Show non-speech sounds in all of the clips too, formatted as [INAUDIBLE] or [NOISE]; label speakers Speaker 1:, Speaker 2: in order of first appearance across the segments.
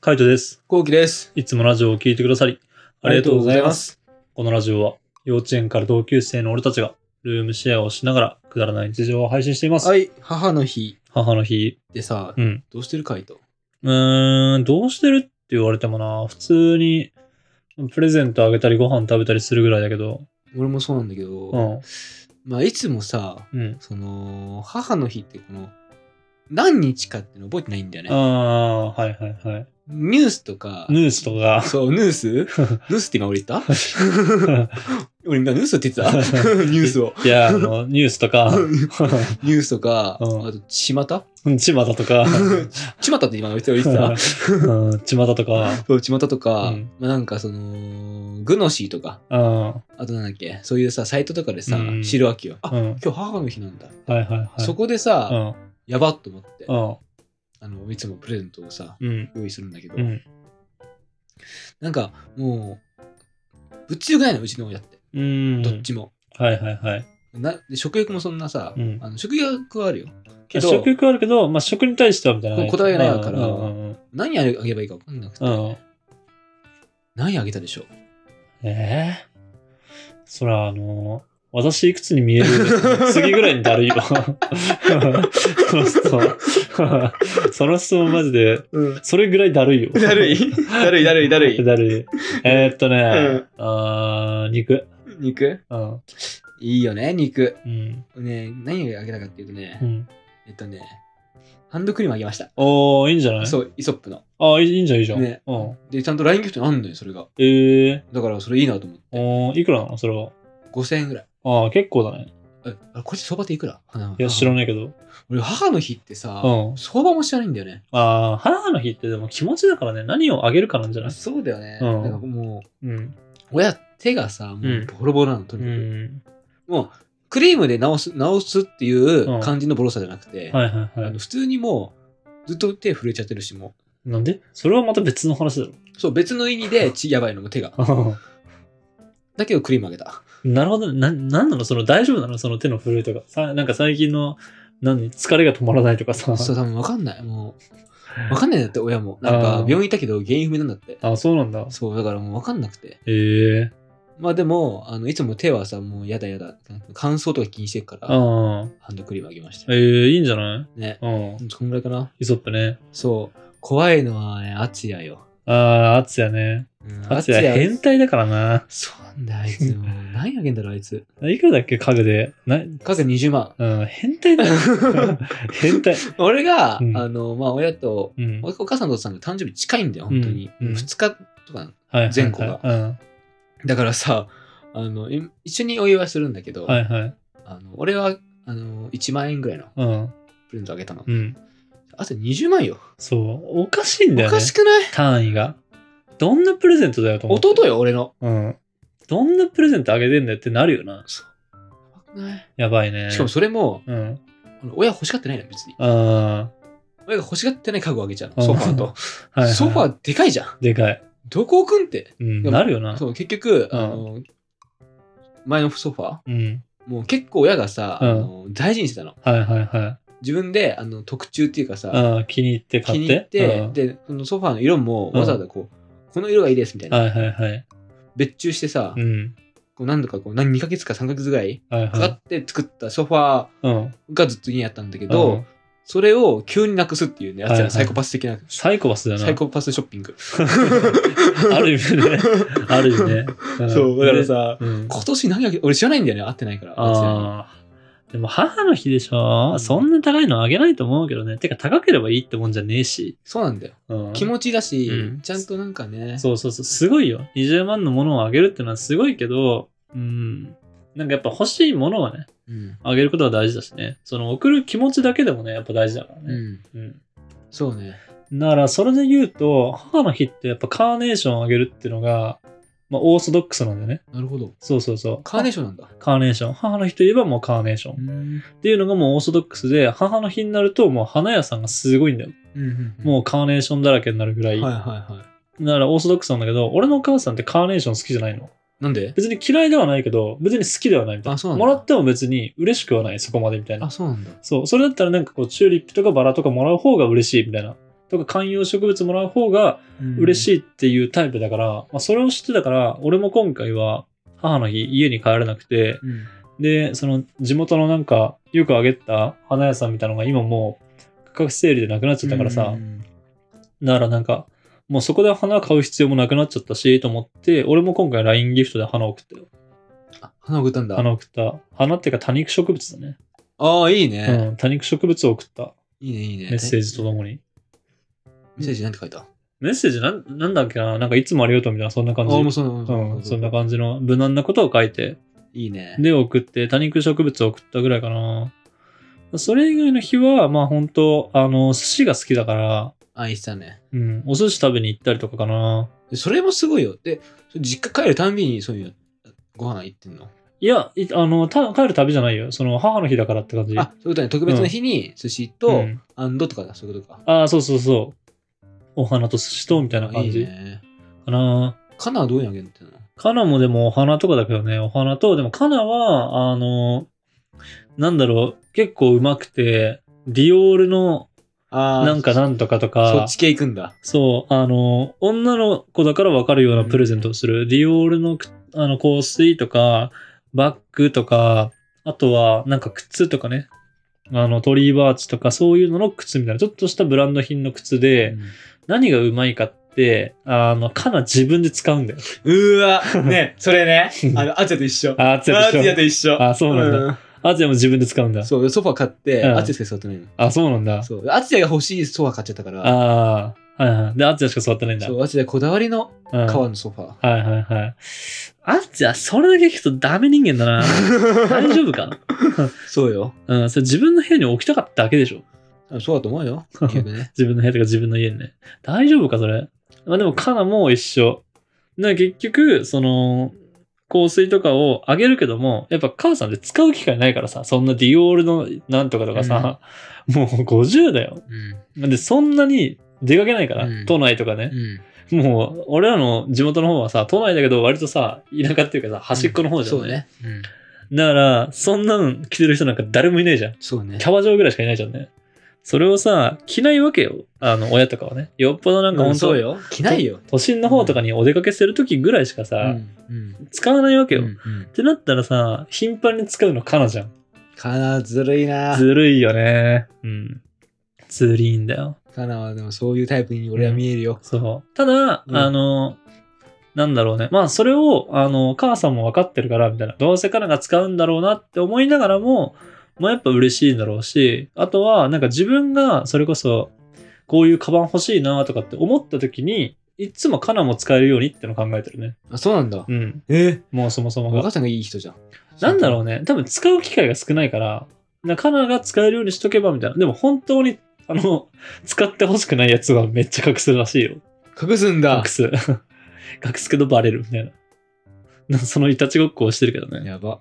Speaker 1: カイトです。
Speaker 2: こうきです。
Speaker 1: いつもラジオを聴いてくださり、ありがとうございます。
Speaker 2: す。
Speaker 1: このラジオは、幼稚園から同級生の俺たちが、ルームシェアをしながら、くだらない日常を配信しています。
Speaker 2: はい、母の日
Speaker 1: 母の日、
Speaker 2: でさ、
Speaker 1: うん。
Speaker 2: どうしてるかいと。
Speaker 1: うーん、どうしてるって言われてもな、普通に、プレゼントあげたり、ご飯食べたりするぐらいだけど、
Speaker 2: 俺もそうなんだけど、
Speaker 1: うん。
Speaker 2: まあいつもさ、
Speaker 1: うん。
Speaker 2: その母の日ってこの何日かっての覚えてないんだよね。
Speaker 1: ああー、はいはいはい。
Speaker 2: ニュースとか、、
Speaker 1: ニュースとか
Speaker 2: そう、ニュー
Speaker 1: [LAUGHS]
Speaker 2: スニュースって今俺言った [LAUGHS] 俺今ニュースっ
Speaker 1: [LAUGHS]
Speaker 2: て言ってたニュースを。
Speaker 1: いや、あ
Speaker 2: [LAUGHS]
Speaker 1: の、ニュースとか、
Speaker 2: ニュースとか、
Speaker 1: うん
Speaker 2: あと、ちまた
Speaker 1: ちまたとか、
Speaker 2: ちまたって今俺言ってた。
Speaker 1: ちまたとか、
Speaker 2: そう、ちまたとか、
Speaker 1: うん
Speaker 2: まあなんかその、グノシーとか、
Speaker 1: うん。
Speaker 2: あとなんだっけ、そういうさ、サイトとかでさ、
Speaker 1: うん
Speaker 2: 知るわけよ。あ、
Speaker 1: うん。
Speaker 2: 今日母の日なんだ。
Speaker 1: はいはいはい。
Speaker 2: そこで
Speaker 1: う
Speaker 2: さ、
Speaker 1: ん。
Speaker 2: やばっと思って、
Speaker 1: うん。
Speaker 2: あの、いつもプレゼントをさ、
Speaker 1: うん。
Speaker 2: 用意するんだけど、
Speaker 1: うん。
Speaker 2: なんかもう、物欲ないの、うちの親って。
Speaker 1: うん。
Speaker 2: どっちも。
Speaker 1: はいはいはい。
Speaker 2: なで食欲もそんなさ、
Speaker 1: うん
Speaker 2: あの食欲はあるよ。けど
Speaker 1: 食、欲はあるけど、まあ食に対してはみたいな。
Speaker 2: 答えがないから
Speaker 1: うんうん
Speaker 2: 何あげばいいか分かんなくて、
Speaker 1: うん。うん。
Speaker 2: 何あげたでしょう
Speaker 1: ええ。そら、あの、私いくつに
Speaker 2: [LAUGHS]
Speaker 1: 見える次ぐらいにだ [LAUGHS] るいわ。その質問。その質問マジで、
Speaker 2: うん。
Speaker 1: それぐら [LAUGHS] いだるいよ。
Speaker 2: だるいだるいだるいだるい
Speaker 1: だるい。えーっとね
Speaker 2: ん、
Speaker 1: あー肉。
Speaker 2: 肉
Speaker 1: うん。
Speaker 2: いいよね、肉。
Speaker 1: うん。
Speaker 2: ね、何あげたかっていうとね、
Speaker 1: うん。
Speaker 2: えっとね、ハンドクリームあげました。
Speaker 1: おー、いいんじゃない
Speaker 2: そう、イソップの。
Speaker 1: あー、いいいいんじゃん、いいじゃん。
Speaker 2: ね
Speaker 1: うん。
Speaker 2: で、ちゃんと LINE ギフトにあんのよ、それが。
Speaker 1: ええ。
Speaker 2: だから、それいいなと思って。
Speaker 1: おーいくらなのそれは。
Speaker 2: 5000円ぐらい。
Speaker 1: ああ、結構だね。
Speaker 2: え、あれこっち相場っていくら
Speaker 1: いや、知ら
Speaker 2: い。
Speaker 1: ないけど。
Speaker 2: 俺、母の日ってさ、
Speaker 1: うん。
Speaker 2: 相場も知らないんだよね。
Speaker 1: ああ、母の日ってでも気持ちだからね、何をあげるかなんじゃない
Speaker 2: そうだよね。
Speaker 1: うん
Speaker 2: なんかもう、
Speaker 1: うん。
Speaker 2: 親、手がさ、も
Speaker 1: うん
Speaker 2: うボロボロなの、と
Speaker 1: う
Speaker 2: にかく。
Speaker 1: ん。
Speaker 2: もう、クリームで直す、直すってい
Speaker 1: うん
Speaker 2: う感じのボロさじゃなくて、
Speaker 1: はいはい
Speaker 2: あ
Speaker 1: は
Speaker 2: の
Speaker 1: い。
Speaker 2: 普通にもう、ずっと手震えちゃってるし、も
Speaker 1: なんでそれはまた別の話だ
Speaker 2: う。そう、別の意味で、ち、やばいのも手が。
Speaker 1: [LAUGHS] ろ。
Speaker 2: だけど、クリームあげた。
Speaker 1: なるほどね。な、なんなのその大丈夫なのその手の震えとか。さ、なんか最近の、何、疲れが止まらないとかさ。
Speaker 2: そう、多分わかんない。もう、わかんないんだって、親も。なんか
Speaker 1: あー、
Speaker 2: 病院行ったけど、原因不明なんだって。
Speaker 1: あそうなんだ。
Speaker 2: そう、だからもうわかんなくて。
Speaker 1: ええ
Speaker 2: まあでも、あのいつも手はさ、もうやだやだ、乾燥とか気にしてるから、
Speaker 1: ああ。
Speaker 2: ハンドクリームあげました
Speaker 1: ええ
Speaker 2: よ。
Speaker 1: いいんじゃない
Speaker 2: ね。
Speaker 1: うん。
Speaker 2: そんぐらいかな。
Speaker 1: イソップね。
Speaker 2: そう。怖いのはね、アツヤよ。
Speaker 1: ああ、アツヤね。
Speaker 2: うん
Speaker 1: アツヤ変態だからな。
Speaker 2: そうなんだよ、あいつ。もう何あげんだろ、あいつ。
Speaker 1: いくらだっけ家具で。な、
Speaker 2: 家族20万。
Speaker 1: うん、変態 [LAUGHS] だよ。変態。
Speaker 2: [LAUGHS] 俺が、
Speaker 1: うん
Speaker 2: あの、まあ、親と、
Speaker 1: うん。
Speaker 2: お母さんとお父さんが誕生日近いんだよ、本当に。
Speaker 1: うんうん
Speaker 2: 2日とか。
Speaker 1: はいはいはい
Speaker 2: 前後が
Speaker 1: うん。
Speaker 2: だからさ、あの、い一緒にお祝いするんだけど、
Speaker 1: はいはい。
Speaker 2: あの俺は、あの、1万円ぐらいの
Speaker 1: うん。
Speaker 2: プレゼントあげたの
Speaker 1: う。ん。
Speaker 2: あと20万よ。
Speaker 1: そう。おかしいんだ
Speaker 2: お
Speaker 1: よね
Speaker 2: か。しくない
Speaker 1: 単位が。どんなプレゼントだよと思って。
Speaker 2: 弟よ、俺の。
Speaker 1: うん。どんなプレゼントあげてんだよってなるよな。やばいね。
Speaker 2: しかもそれも、
Speaker 1: うん。
Speaker 2: 親欲しがってないの、別に。
Speaker 1: あ
Speaker 2: 親が欲しがってない家具をあげちゃう
Speaker 1: うん
Speaker 2: の、ソファーと。
Speaker 1: あ。はい、はい。
Speaker 2: ソファーでかいじゃん。
Speaker 1: でかい。
Speaker 2: どこ置くんって。
Speaker 1: うん。
Speaker 2: でも
Speaker 1: なるよな。
Speaker 2: そう、結局、
Speaker 1: うん
Speaker 2: あの、前のソファ
Speaker 1: うん。
Speaker 2: ー、もう結構親がさ、
Speaker 1: うん
Speaker 2: あの大事にしてたの。
Speaker 1: はいはいはい。
Speaker 2: 自分で、あの、特注っていうかさ、
Speaker 1: ああ、気に入って
Speaker 2: 気
Speaker 1: 買
Speaker 2: に
Speaker 1: っ。
Speaker 2: 入ってて
Speaker 1: うん、
Speaker 2: で、そのソファーの色もわざわざこう、この色がいいですみたいな。
Speaker 1: はいはいはい。
Speaker 2: 別注してさ
Speaker 1: う、ん。
Speaker 2: こう何度かこう、何、2ヶ月か3ヶ月ぐらい
Speaker 1: はい
Speaker 2: かか
Speaker 1: は
Speaker 2: って作ったソファ
Speaker 1: い。うん。
Speaker 2: ーがずっと家にあったんだけ
Speaker 1: う
Speaker 2: ど
Speaker 1: ん、
Speaker 2: それを急になくすっていうね、やつ
Speaker 1: はい
Speaker 2: や
Speaker 1: はい
Speaker 2: サイコパス的な
Speaker 1: サイコパスだよな。
Speaker 2: サイコパスショッピング。
Speaker 1: ある意味
Speaker 2: [LAUGHS]
Speaker 1: ね。ある意味ね。ん
Speaker 2: そう、だから、さ、
Speaker 1: でうん、
Speaker 2: 今年何あげ俺知らないんだよね、会ってないから。
Speaker 1: ああ。でも母の日でしょ、
Speaker 2: うん
Speaker 1: そんな高いのあげないと思うけどね。てか高ければいいってもんじゃねえし。
Speaker 2: そうなんだよ。
Speaker 1: うん、
Speaker 2: 気持ちだし、
Speaker 1: うん
Speaker 2: ちゃんとなんかね、
Speaker 1: そうそうそう。すごいよ。20万のものをあげるってのはすごいけど、うん。なんかやっぱ欲しいものはね、
Speaker 2: うん、
Speaker 1: あげることは大事だしね。その送る気持ちだけでもね、やっぱ大事だから
Speaker 2: う
Speaker 1: ね。
Speaker 2: ん、
Speaker 1: うん。
Speaker 2: そうね。
Speaker 1: だから、それで言うと、母の日ってやっぱカーネーションあげるっていうのが、まあ、オーソドックスなんだよね。
Speaker 2: なるほど。
Speaker 1: そうそうそう。
Speaker 2: カーネー
Speaker 1: シ
Speaker 2: ションなんだ。
Speaker 1: ョン。カーネーション。母の日といえばもうカーネーション。
Speaker 2: うん、
Speaker 1: っていうのがもうオーソドックスで、母の日になるともう花屋さんがすごいんだよ。
Speaker 2: うん、うん
Speaker 1: もうカーネーションだらけになるぐらい。
Speaker 2: はいはいは
Speaker 1: だからオーソドックスなんだけど、俺のお母さんってカーネーション好きじゃないの。
Speaker 2: い。なんで
Speaker 1: 別に嫌いではないけど、別に好きではないみたい
Speaker 2: あ、そう
Speaker 1: な。
Speaker 2: なん
Speaker 1: も
Speaker 2: だ。
Speaker 1: らっても別に嬉しくはない、そこまでみたいな
Speaker 2: あ、。そうなんだ。
Speaker 1: そう、それだったらなんかこうチューリップとかバラとかもらう方が嬉しいみたいなとか観葉植物もらう方が嬉
Speaker 2: い。
Speaker 1: しいっていうタイプだから、まあ、それを知ってたから、俺も今回は母の日家に帰れなくて、
Speaker 2: うん。
Speaker 1: で、その地元のなんかよくあげた花屋さんみたいなのが今もう価格整理でなくなっちゃったからさ、
Speaker 2: うん
Speaker 1: だからなんか、もうそこで花買う必要もなくなっちゃったし、と思って、俺も今回 LINE ギフトで花送ったよ。
Speaker 2: あ花を送ったんだ。
Speaker 1: 花送った。花っていうか多肉植物だね。
Speaker 2: ああ、いいね。
Speaker 1: うん、多肉植物を送った。
Speaker 2: いいね、いいね。
Speaker 1: メッセージとともに。
Speaker 2: メッセージなんて書いたあ
Speaker 1: メッセージなん、なんだっけななんかいつもありがとうみたいな、そんな
Speaker 2: あ、
Speaker 1: 感じ。
Speaker 2: もうそんな
Speaker 1: うん、そんな感じの無難なことを書いて、
Speaker 2: いいね。
Speaker 1: で送って、多肉植物を送ったぐらいかな。それ以外の日は、まあ本当あの、寿司が好きだから、
Speaker 2: あ、いいっすね。
Speaker 1: うん、お寿司食べに行ったりとかかな。
Speaker 2: でそれもすごいよ。で、実家帰るたんびにそういうのご飯行ってんの。
Speaker 1: いや、いあの、た帰る旅じゃないよ。その、母の日だからって感じ。
Speaker 2: あ、そういうことね。特別な日に寿司と、
Speaker 1: うん
Speaker 2: アンドとかだ、そういうことか。
Speaker 1: ああ、そうそうそう。お花と寿司と、みたいな感
Speaker 2: い
Speaker 1: じ
Speaker 2: いね。
Speaker 1: かな。
Speaker 2: カナはどうやんげんってんの
Speaker 1: カナもでもお花とかだけどね、お花と、でもカナは、あの、なんだろう、結構うまくて、ディオールの
Speaker 2: あー
Speaker 1: なんかなんとかと
Speaker 2: そっ
Speaker 1: か、
Speaker 2: ち系行くんだ。
Speaker 1: そう、あの、女の子だからわかるようなプレゼントをする。ディオールのくあの香水とか、バッグとか、あとはなんか靴とかね、あのトリーバーチとかそういうのの靴みたいな、ちょっとしたブランド品の靴で、何がうまいかって、あの、かな自分で使うんだよ。
Speaker 2: うー
Speaker 1: [LAUGHS]
Speaker 2: わ、ね、それね、あの、アチャと一緒。
Speaker 1: あ、つや
Speaker 2: ア
Speaker 1: で
Speaker 2: チ
Speaker 1: し
Speaker 2: ャと一緒。
Speaker 1: ょ。あ、そうなんだ。
Speaker 2: だ。
Speaker 1: あつやも自分で使うんだ。
Speaker 2: そう、ソファ買って、
Speaker 1: うん
Speaker 2: アチャしか座ってないの。
Speaker 1: あ、そうなんだ。
Speaker 2: そう、アチャが欲しいソファ買っちゃったから、
Speaker 1: ああ、はいはい。で、あつやしか座ってないんだ。
Speaker 2: そう、アチャこだわりの
Speaker 1: うん
Speaker 2: 革のソファ。
Speaker 1: はいはいはい。あつや、それだけ聞くとダメ人間だな。大丈夫か
Speaker 2: そうよ。
Speaker 1: うん、それ自分の部屋に置きたかっただけでしょ。
Speaker 2: あそうだと思うよ。結局ね。
Speaker 1: 自分の部屋とか自分の家にね。大丈夫か、それ。まあでも、かなも一緒。な結局、その、香水とかをあげるけども、やっぱ母さんって使う機会ないからさ、そんなディオールのなんとかとかさ、もう50だよ。
Speaker 2: うん。
Speaker 1: で、そんなに出かけないから、
Speaker 2: うん
Speaker 1: 都内とかね。
Speaker 2: うん。
Speaker 1: もう、俺らの地元の方はさ、都内だけど割とさ、田舎っていうかさ、端っこの方じゃ
Speaker 2: そ
Speaker 1: な
Speaker 2: う
Speaker 1: い、
Speaker 2: ね。うん。
Speaker 1: だから、そんなの着てる人なんか誰もいないじゃん。
Speaker 2: そうね
Speaker 1: キ。ャバ嬢ぐらいしかいないじゃんね。それをさ、着ないわけよ。あの、親とかはね。よっぽどなんか
Speaker 2: う
Speaker 1: 本
Speaker 2: ん
Speaker 1: 当、
Speaker 2: そうよ。着ないよ。
Speaker 1: 都心の方とかにお出かけするときぐらいしかさ、
Speaker 2: うん。
Speaker 1: 使わないわけ
Speaker 2: う
Speaker 1: よ。っ
Speaker 2: ん。うん
Speaker 1: てなったらさ、頻繁に使うのカナじゃん。
Speaker 2: カナずるいな。
Speaker 1: ずるいよね。うん。ずるいんだよ。
Speaker 2: カナはでもそういうタイプに俺は見えるよ。
Speaker 1: そう。ただ、
Speaker 2: うん
Speaker 1: あの、なんだろうね。まあ、それを、あの、母さんも分かってるから、みたいな。どうせカナが使うんだろうなって思いながらも、まあ、やっぱ嬉しいんだろうし、あとは、なんか自分が、それこそ、こういうカバン欲しいなとかって思った時に、いつもカナも使えるようにってのを考えてるね。
Speaker 2: あ、そうなんだ。
Speaker 1: うん。
Speaker 2: え
Speaker 1: もうそもそも
Speaker 2: お母
Speaker 1: が。
Speaker 2: さんがいい人じゃん。
Speaker 1: なんだろうね。多分使う機会が少ないから、なカナが使えるようにしとけば、みたいな。でも本当に、あの、使って欲しくないやつはめっちゃ隠すらしいよ。
Speaker 2: 隠すんだ
Speaker 1: 隠。す。 [LAUGHS] 隠すけどバレるみたいな。そのいたちごっこをしてるけどね。
Speaker 2: やば。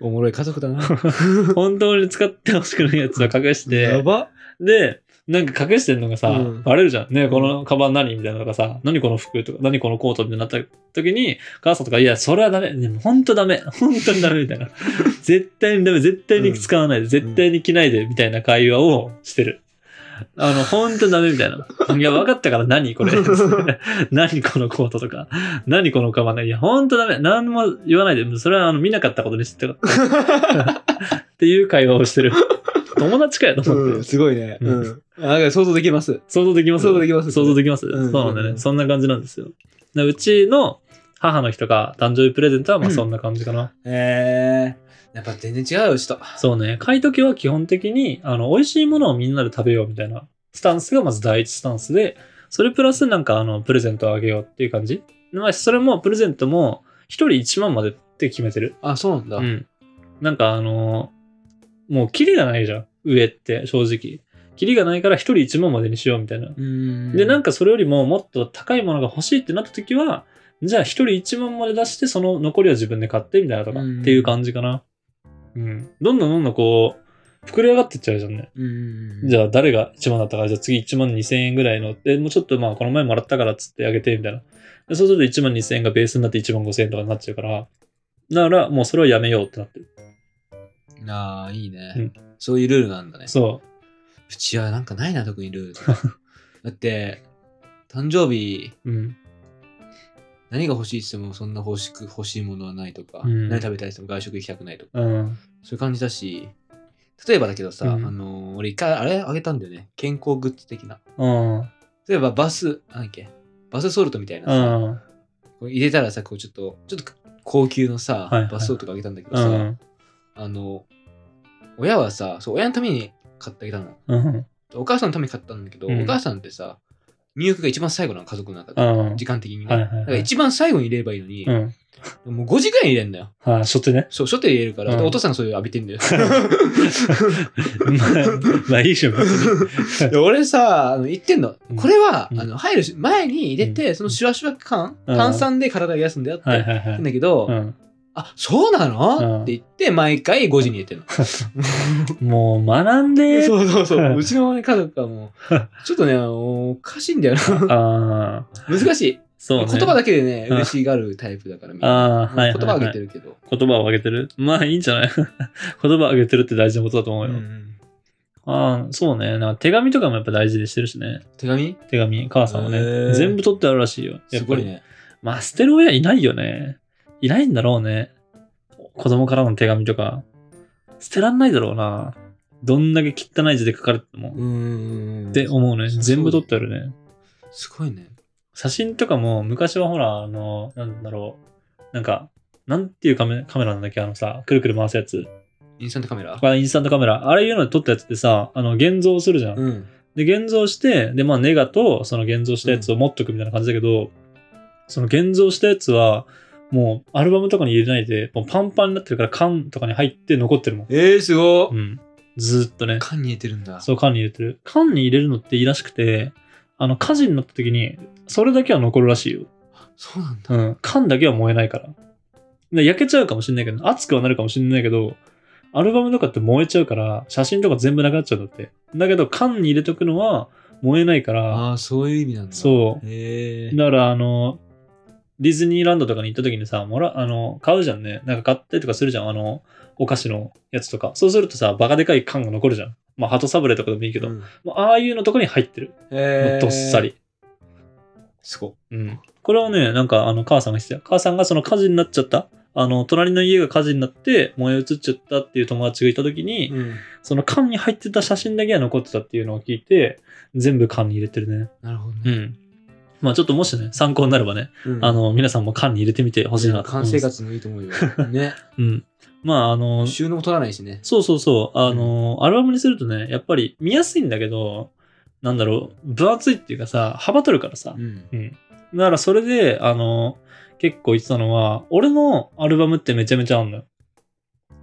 Speaker 2: おもろい家族だ [LAUGHS] な。
Speaker 1: うん本当に使ってほしくないやつは隠して
Speaker 2: [LAUGHS] や、ば。
Speaker 1: で、なんか隠してんのがさ、
Speaker 2: うん
Speaker 1: バレるじゃん。ねこのカバン何みたいなのとかさ、何この服とか、何このコートみたいになった時に、母さんとか、いや、それはダメ。ね、もう本当ダメ。本当にダメみた
Speaker 2: [LAUGHS]
Speaker 1: いな。絶対にダメ。絶対に使わないで。絶対に着ないで。みたいな会話をしてる。あの、本当にダメみたいな。いや、分かったから何こ
Speaker 2: [LAUGHS]
Speaker 1: れ。何このコートとか。何このカバンね。いや、本当ダメ。何も言わないで。もうそれはあの見なかったことにしてたから。っていう会話を
Speaker 2: [LAUGHS]
Speaker 1: してる。友達かよと思って。
Speaker 2: うん、すごいね。
Speaker 1: う
Speaker 2: うんん。なんか想像できます。
Speaker 1: 想像できます
Speaker 2: 想像できます
Speaker 1: 想像できます、
Speaker 2: うん
Speaker 1: そうなんだね、
Speaker 2: うん
Speaker 1: そんな感じなんですよ。でうちの母の日とか誕生日プレゼントはまあそんな感じかな。
Speaker 2: えー。やっぱ全然違うよ、うちと。
Speaker 1: そうね。買い時は基本的に、あの、美味しいものをみんなで食べようみたいなスタンスがまず第一スタンスで、それプラスなんかあの、プレゼントをあげようっていう感じ。まあ、それもプレゼントも一人1万までって決めてる。
Speaker 2: あ、そうなんだ
Speaker 1: う。ん。なんかあのーもうキリがないじゃん。上って、正直。キリがないから一人1万までにしようみたいな。
Speaker 2: うん
Speaker 1: で、なんか
Speaker 2: か、
Speaker 1: それよりももっと高いものが欲しいってなった時は、じゃあ一人1万まで出して、その残りは自分で買ってみたいなとか、
Speaker 2: うん
Speaker 1: っていう感じかな。うん。どんどんどんどんこう、膨れ上がってっちゃうじゃんね。
Speaker 2: うん。
Speaker 1: じ
Speaker 2: ゃ
Speaker 1: ゃあ誰が1万だったから、じゃあ次1万2000円ぐらいの、で、もうちょっとまあこの前もらったからっつってあげて、みたいな。でそうすると1万2000円がベースになって1万5000円とかになっちゃうから、だからもうそれはやめようってなってる。
Speaker 2: ああ、いいね、
Speaker 1: うん
Speaker 2: そういうルールがあるんだね。
Speaker 1: そう
Speaker 2: [LAUGHS] ちはなんかないな、特にルールとか。だって、誕生日、
Speaker 1: うん。
Speaker 2: 何が欲しいって言ってもそんな欲しく欲しいものはないとか、
Speaker 1: うん
Speaker 2: 何食べたいって言っても外食行きたくないとか、
Speaker 1: うん。
Speaker 2: そういう感じだし、例えばだけどさ、
Speaker 1: うん
Speaker 2: あのー俺一回あれあげたんだよね。健康グッズ的な。
Speaker 1: うん。
Speaker 2: 例えばバス、なんだっけバスソルトみたいな
Speaker 1: う
Speaker 2: さ、
Speaker 1: ん。
Speaker 2: こう入れたらさ、こうちょっと、ちょっと高級のさ、
Speaker 1: はいはい
Speaker 2: バスソルトがあげたんだけど
Speaker 1: う
Speaker 2: さ、
Speaker 1: ん。
Speaker 2: あの、親はさ、そう、親のために買ってあげたの。
Speaker 1: うん。
Speaker 2: お母さんのために買ったんだけど、
Speaker 1: うん
Speaker 2: お母さんってさ、入浴が一番最後なの、家族の中で。
Speaker 1: うん。
Speaker 2: 時間的にね。
Speaker 1: はいはいはい
Speaker 2: だから一番最後に入れればいいのに
Speaker 1: う、ん。
Speaker 2: もう5時くらいに入れんだよ。
Speaker 1: はい、しょってね。
Speaker 2: そう、初手入れるから、
Speaker 1: うん
Speaker 2: でお父さんがそれ浴びて
Speaker 1: [LAUGHS]
Speaker 2: んだよ。
Speaker 1: まあ、まあいいでしょ、別に。
Speaker 2: で俺さ、あの言ってんの
Speaker 1: うん。
Speaker 2: これは、
Speaker 1: うん
Speaker 2: あの入る前に入れて、
Speaker 1: うん
Speaker 2: そのシュワシュワ感、
Speaker 1: うん
Speaker 2: 炭酸で体を癒すんだよって。
Speaker 1: はいは
Speaker 2: 言
Speaker 1: いは
Speaker 2: う
Speaker 1: い
Speaker 2: ん。だけど、
Speaker 1: うん
Speaker 2: あそうなの、
Speaker 1: うん
Speaker 2: って言って毎回5時に入れ
Speaker 1: [LAUGHS]
Speaker 2: てんの。
Speaker 1: もう学んで
Speaker 2: そうそうそうう。
Speaker 1: ん
Speaker 2: うちの、ね、家族はも
Speaker 1: [LAUGHS]
Speaker 2: う、ちょっとね、あのおかしいんだよな。
Speaker 1: ああ、
Speaker 2: 難しい。
Speaker 1: そうね。
Speaker 2: 言葉だけでね、
Speaker 1: うん
Speaker 2: 嬉しがるタイプだから、みんな
Speaker 1: ああ、はいはい、はい。
Speaker 2: 言葉あげてるけど。
Speaker 1: 言葉をあげてるまあいいんじゃない言葉あげてるって大事なことだと思うよ。
Speaker 2: うん
Speaker 1: ああ、そうね。なんか手紙とかもやっぱ大事にしてるしね。
Speaker 2: 手紙
Speaker 1: 手紙、母さんも
Speaker 2: へ
Speaker 1: ね。
Speaker 2: え
Speaker 1: 全部取ってあるらしいよ。や
Speaker 2: す
Speaker 1: っぱ
Speaker 2: ご
Speaker 1: り
Speaker 2: い。ね。
Speaker 1: まあ捨てる親いないよね。いないんだろうね。子供からの手紙とか。捨てらんないだろうな。どんだけ汚い字で書かれても。っ
Speaker 2: うーん。
Speaker 1: て思うね。
Speaker 2: そう
Speaker 1: 全部取ってあるね。
Speaker 2: すごいね。
Speaker 1: 写真とかも昔はほら、あの、なんだろう。なんか、なんていうカメカメラなんだっけあのさ、くるくる回すやつ。
Speaker 2: インスタントカメラ
Speaker 1: これインスタントカメラ。あれいうので撮ったやつってさ、あの、現像するじゃん。
Speaker 2: うん。
Speaker 1: で、現像して、で、まあ、ネガと、その現像したやつを持っとくみたいな感じだけど、その現像したやつは、もう、アルバムとかに入れないで、もうパンパンになってるから、缶とかに入って残ってるもん。
Speaker 2: えー、すご
Speaker 1: う
Speaker 2: い。
Speaker 1: ん。ずーっとね。
Speaker 2: 缶に入れてるんだ。
Speaker 1: そう、缶に入れてる。缶に入れるのっていいらしくて、あの、火事になった時に、それだけは残るらしいよ。
Speaker 2: そうなんだ。
Speaker 1: うん。缶だけは燃えないから。で焼けちゃうかもしんないけど、熱くはなるかもしんないけど、アルバムとかって燃えちゃうから、写真とか全部なくなっちゃうんだって。だけど、缶に入れとくのは燃えないから、
Speaker 2: ああ、そういう意味なんだ。。
Speaker 1: そう
Speaker 2: へえ。
Speaker 1: だから、あの、ディズニーランドとかに行った時にさ、もら、あの、買うじゃんね。なんか買ってとかするじゃん。あの、お菓子のやつとか。そうするとさ、バカでかい缶が残るじゃん。まあ、鳩サブレーとかでもいいけど、
Speaker 2: うん
Speaker 1: もうああいうのとこに入ってる。もう
Speaker 2: へえ。
Speaker 1: どっさ。り。
Speaker 2: すごい。
Speaker 1: うん。これはね、なんか、あの、母さんが言ってたよ。母さんがその火事になっちゃった。あの、隣の家が火事になって燃え移っちゃったっていう友達がいた時に、
Speaker 2: うん。
Speaker 1: その缶に入ってた写真だけが残ってたっていうのを聞いて、全部缶に入れてるね。
Speaker 2: なるほど
Speaker 1: う
Speaker 2: ね。
Speaker 1: ん。まあちょっともしね、参考になればね、
Speaker 2: うん
Speaker 1: あ、の、皆さんも缶に入れてみてほしいなと思い
Speaker 2: 缶
Speaker 1: ます。
Speaker 2: 生活もいいと思うよ。
Speaker 1: [LAUGHS]
Speaker 2: ね。
Speaker 1: うん。まああの、
Speaker 2: 収納取らないしね。
Speaker 1: そうそうそう、あの、アルバムにするとね、やっぱり見やすいんだけど、なんだろう、分厚いっていうかさ、幅取るからさ、
Speaker 2: うん。
Speaker 1: うん。だからそれで、あの、結構言ってたのは、俺のアルバムってめちゃめちゃあんのよ。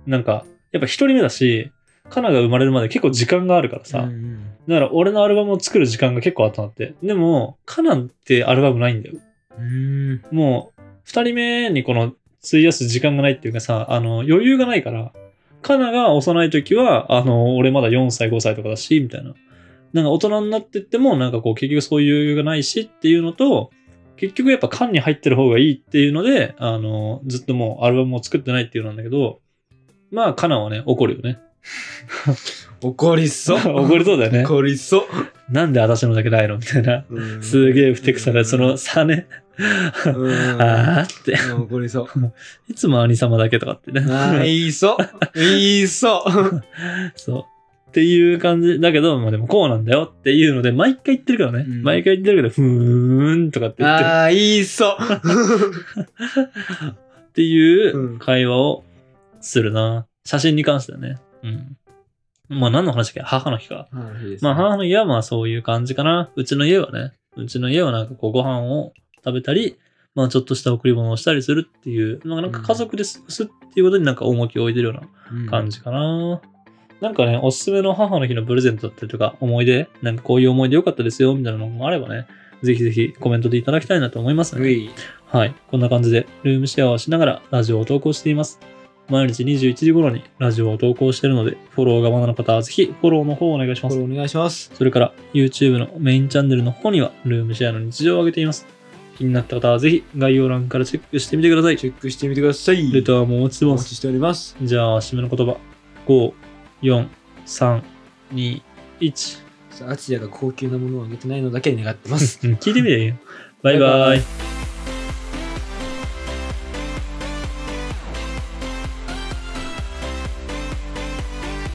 Speaker 1: なんか、やっぱ一人目だし、カナが生まれるまで結構時間があるからさ、
Speaker 2: うんうん
Speaker 1: だから俺のアルバムを作る時間が結構あったなって。でも、カナってアルバムないんだよ。
Speaker 2: うーん。
Speaker 1: もう、二人目にこの、費やす時間がないっていうかさ、あの、余裕がないから、カナが幼い時は、あの、俺まだ4歳、5歳とかだし、みたいな。なんか大人になってっても、なんかこう、結局そういう余裕がないしっていうのと、結局やっぱ缶に入ってる方がいいっていうので、あの、ずっともうアルバムを作ってないっていうのなんだけど、まあ、カナはね、怒るよね。
Speaker 2: 怒りそ
Speaker 1: [LAUGHS]
Speaker 2: う。
Speaker 1: 怒りそうだよ
Speaker 2: [LAUGHS]
Speaker 1: ね。
Speaker 2: 怒りそう。
Speaker 1: なんで私のだけないのみたいな。
Speaker 2: うん
Speaker 1: すげえ不適さ
Speaker 2: う
Speaker 1: が、
Speaker 2: ん
Speaker 1: その差ね。 [LAUGHS]
Speaker 2: うん
Speaker 1: あーって。
Speaker 2: うん怒りそう。
Speaker 1: いつも兄様だけとかってね。
Speaker 2: あ
Speaker 1: [LAUGHS]
Speaker 2: あ、いいそう。いいそう。
Speaker 1: そう。っていう感じ。だけど、まあでもこうなんだよっていうので、毎回言ってるからね。
Speaker 2: うん
Speaker 1: 毎回言ってるけど、ふーんとかって言ってる
Speaker 2: ああ、いい
Speaker 1: [LAUGHS]
Speaker 2: そう。
Speaker 1: っていう
Speaker 2: うん
Speaker 1: 会話をするな。写真に関してはね。うん。まあ何の話だっけ母の日か。まあ母の家はまあそういう感じかな。うちの家はね。うちの家はなんかこうご飯を食べたり、まあちょっとした贈り物をしたりするっていう、まあなんか家族で過ごすっていうことになんか重きを置いてるような
Speaker 2: うん
Speaker 1: 感じかな。なんかね、おすすめの母の日のプレゼントだったりとか、思い出、なんかこういう思い出良かったですよ、みたいなのもあればね、ぜひぜひコメントでいただきたいなと思います
Speaker 2: う
Speaker 1: ね。
Speaker 2: い。
Speaker 1: はい。こんな感じで、ルームシェアをしながらラジオを投稿しています。毎日21時頃にラジオを投稿しているので、フォローがまだの方はぜひフォローの方をお願いし
Speaker 2: こ
Speaker 1: ます
Speaker 2: れ。お願いします。
Speaker 1: それから YouTube のメインチャンネルの方には、ルームシェアの日常を上げています。気になった方はぜひ概要欄からチェックしてみてください。
Speaker 2: チェックしてみてください。
Speaker 1: レターもお待ちして
Speaker 2: お
Speaker 1: ま
Speaker 2: 待
Speaker 1: す。
Speaker 2: ちしております。
Speaker 1: じゃあ、締めの言葉。5、4、3、2、1。
Speaker 2: アチアが高級なものをあげてないのだけ願ってます。
Speaker 1: [LAUGHS] うん聞いてみていいよ。バイバイ。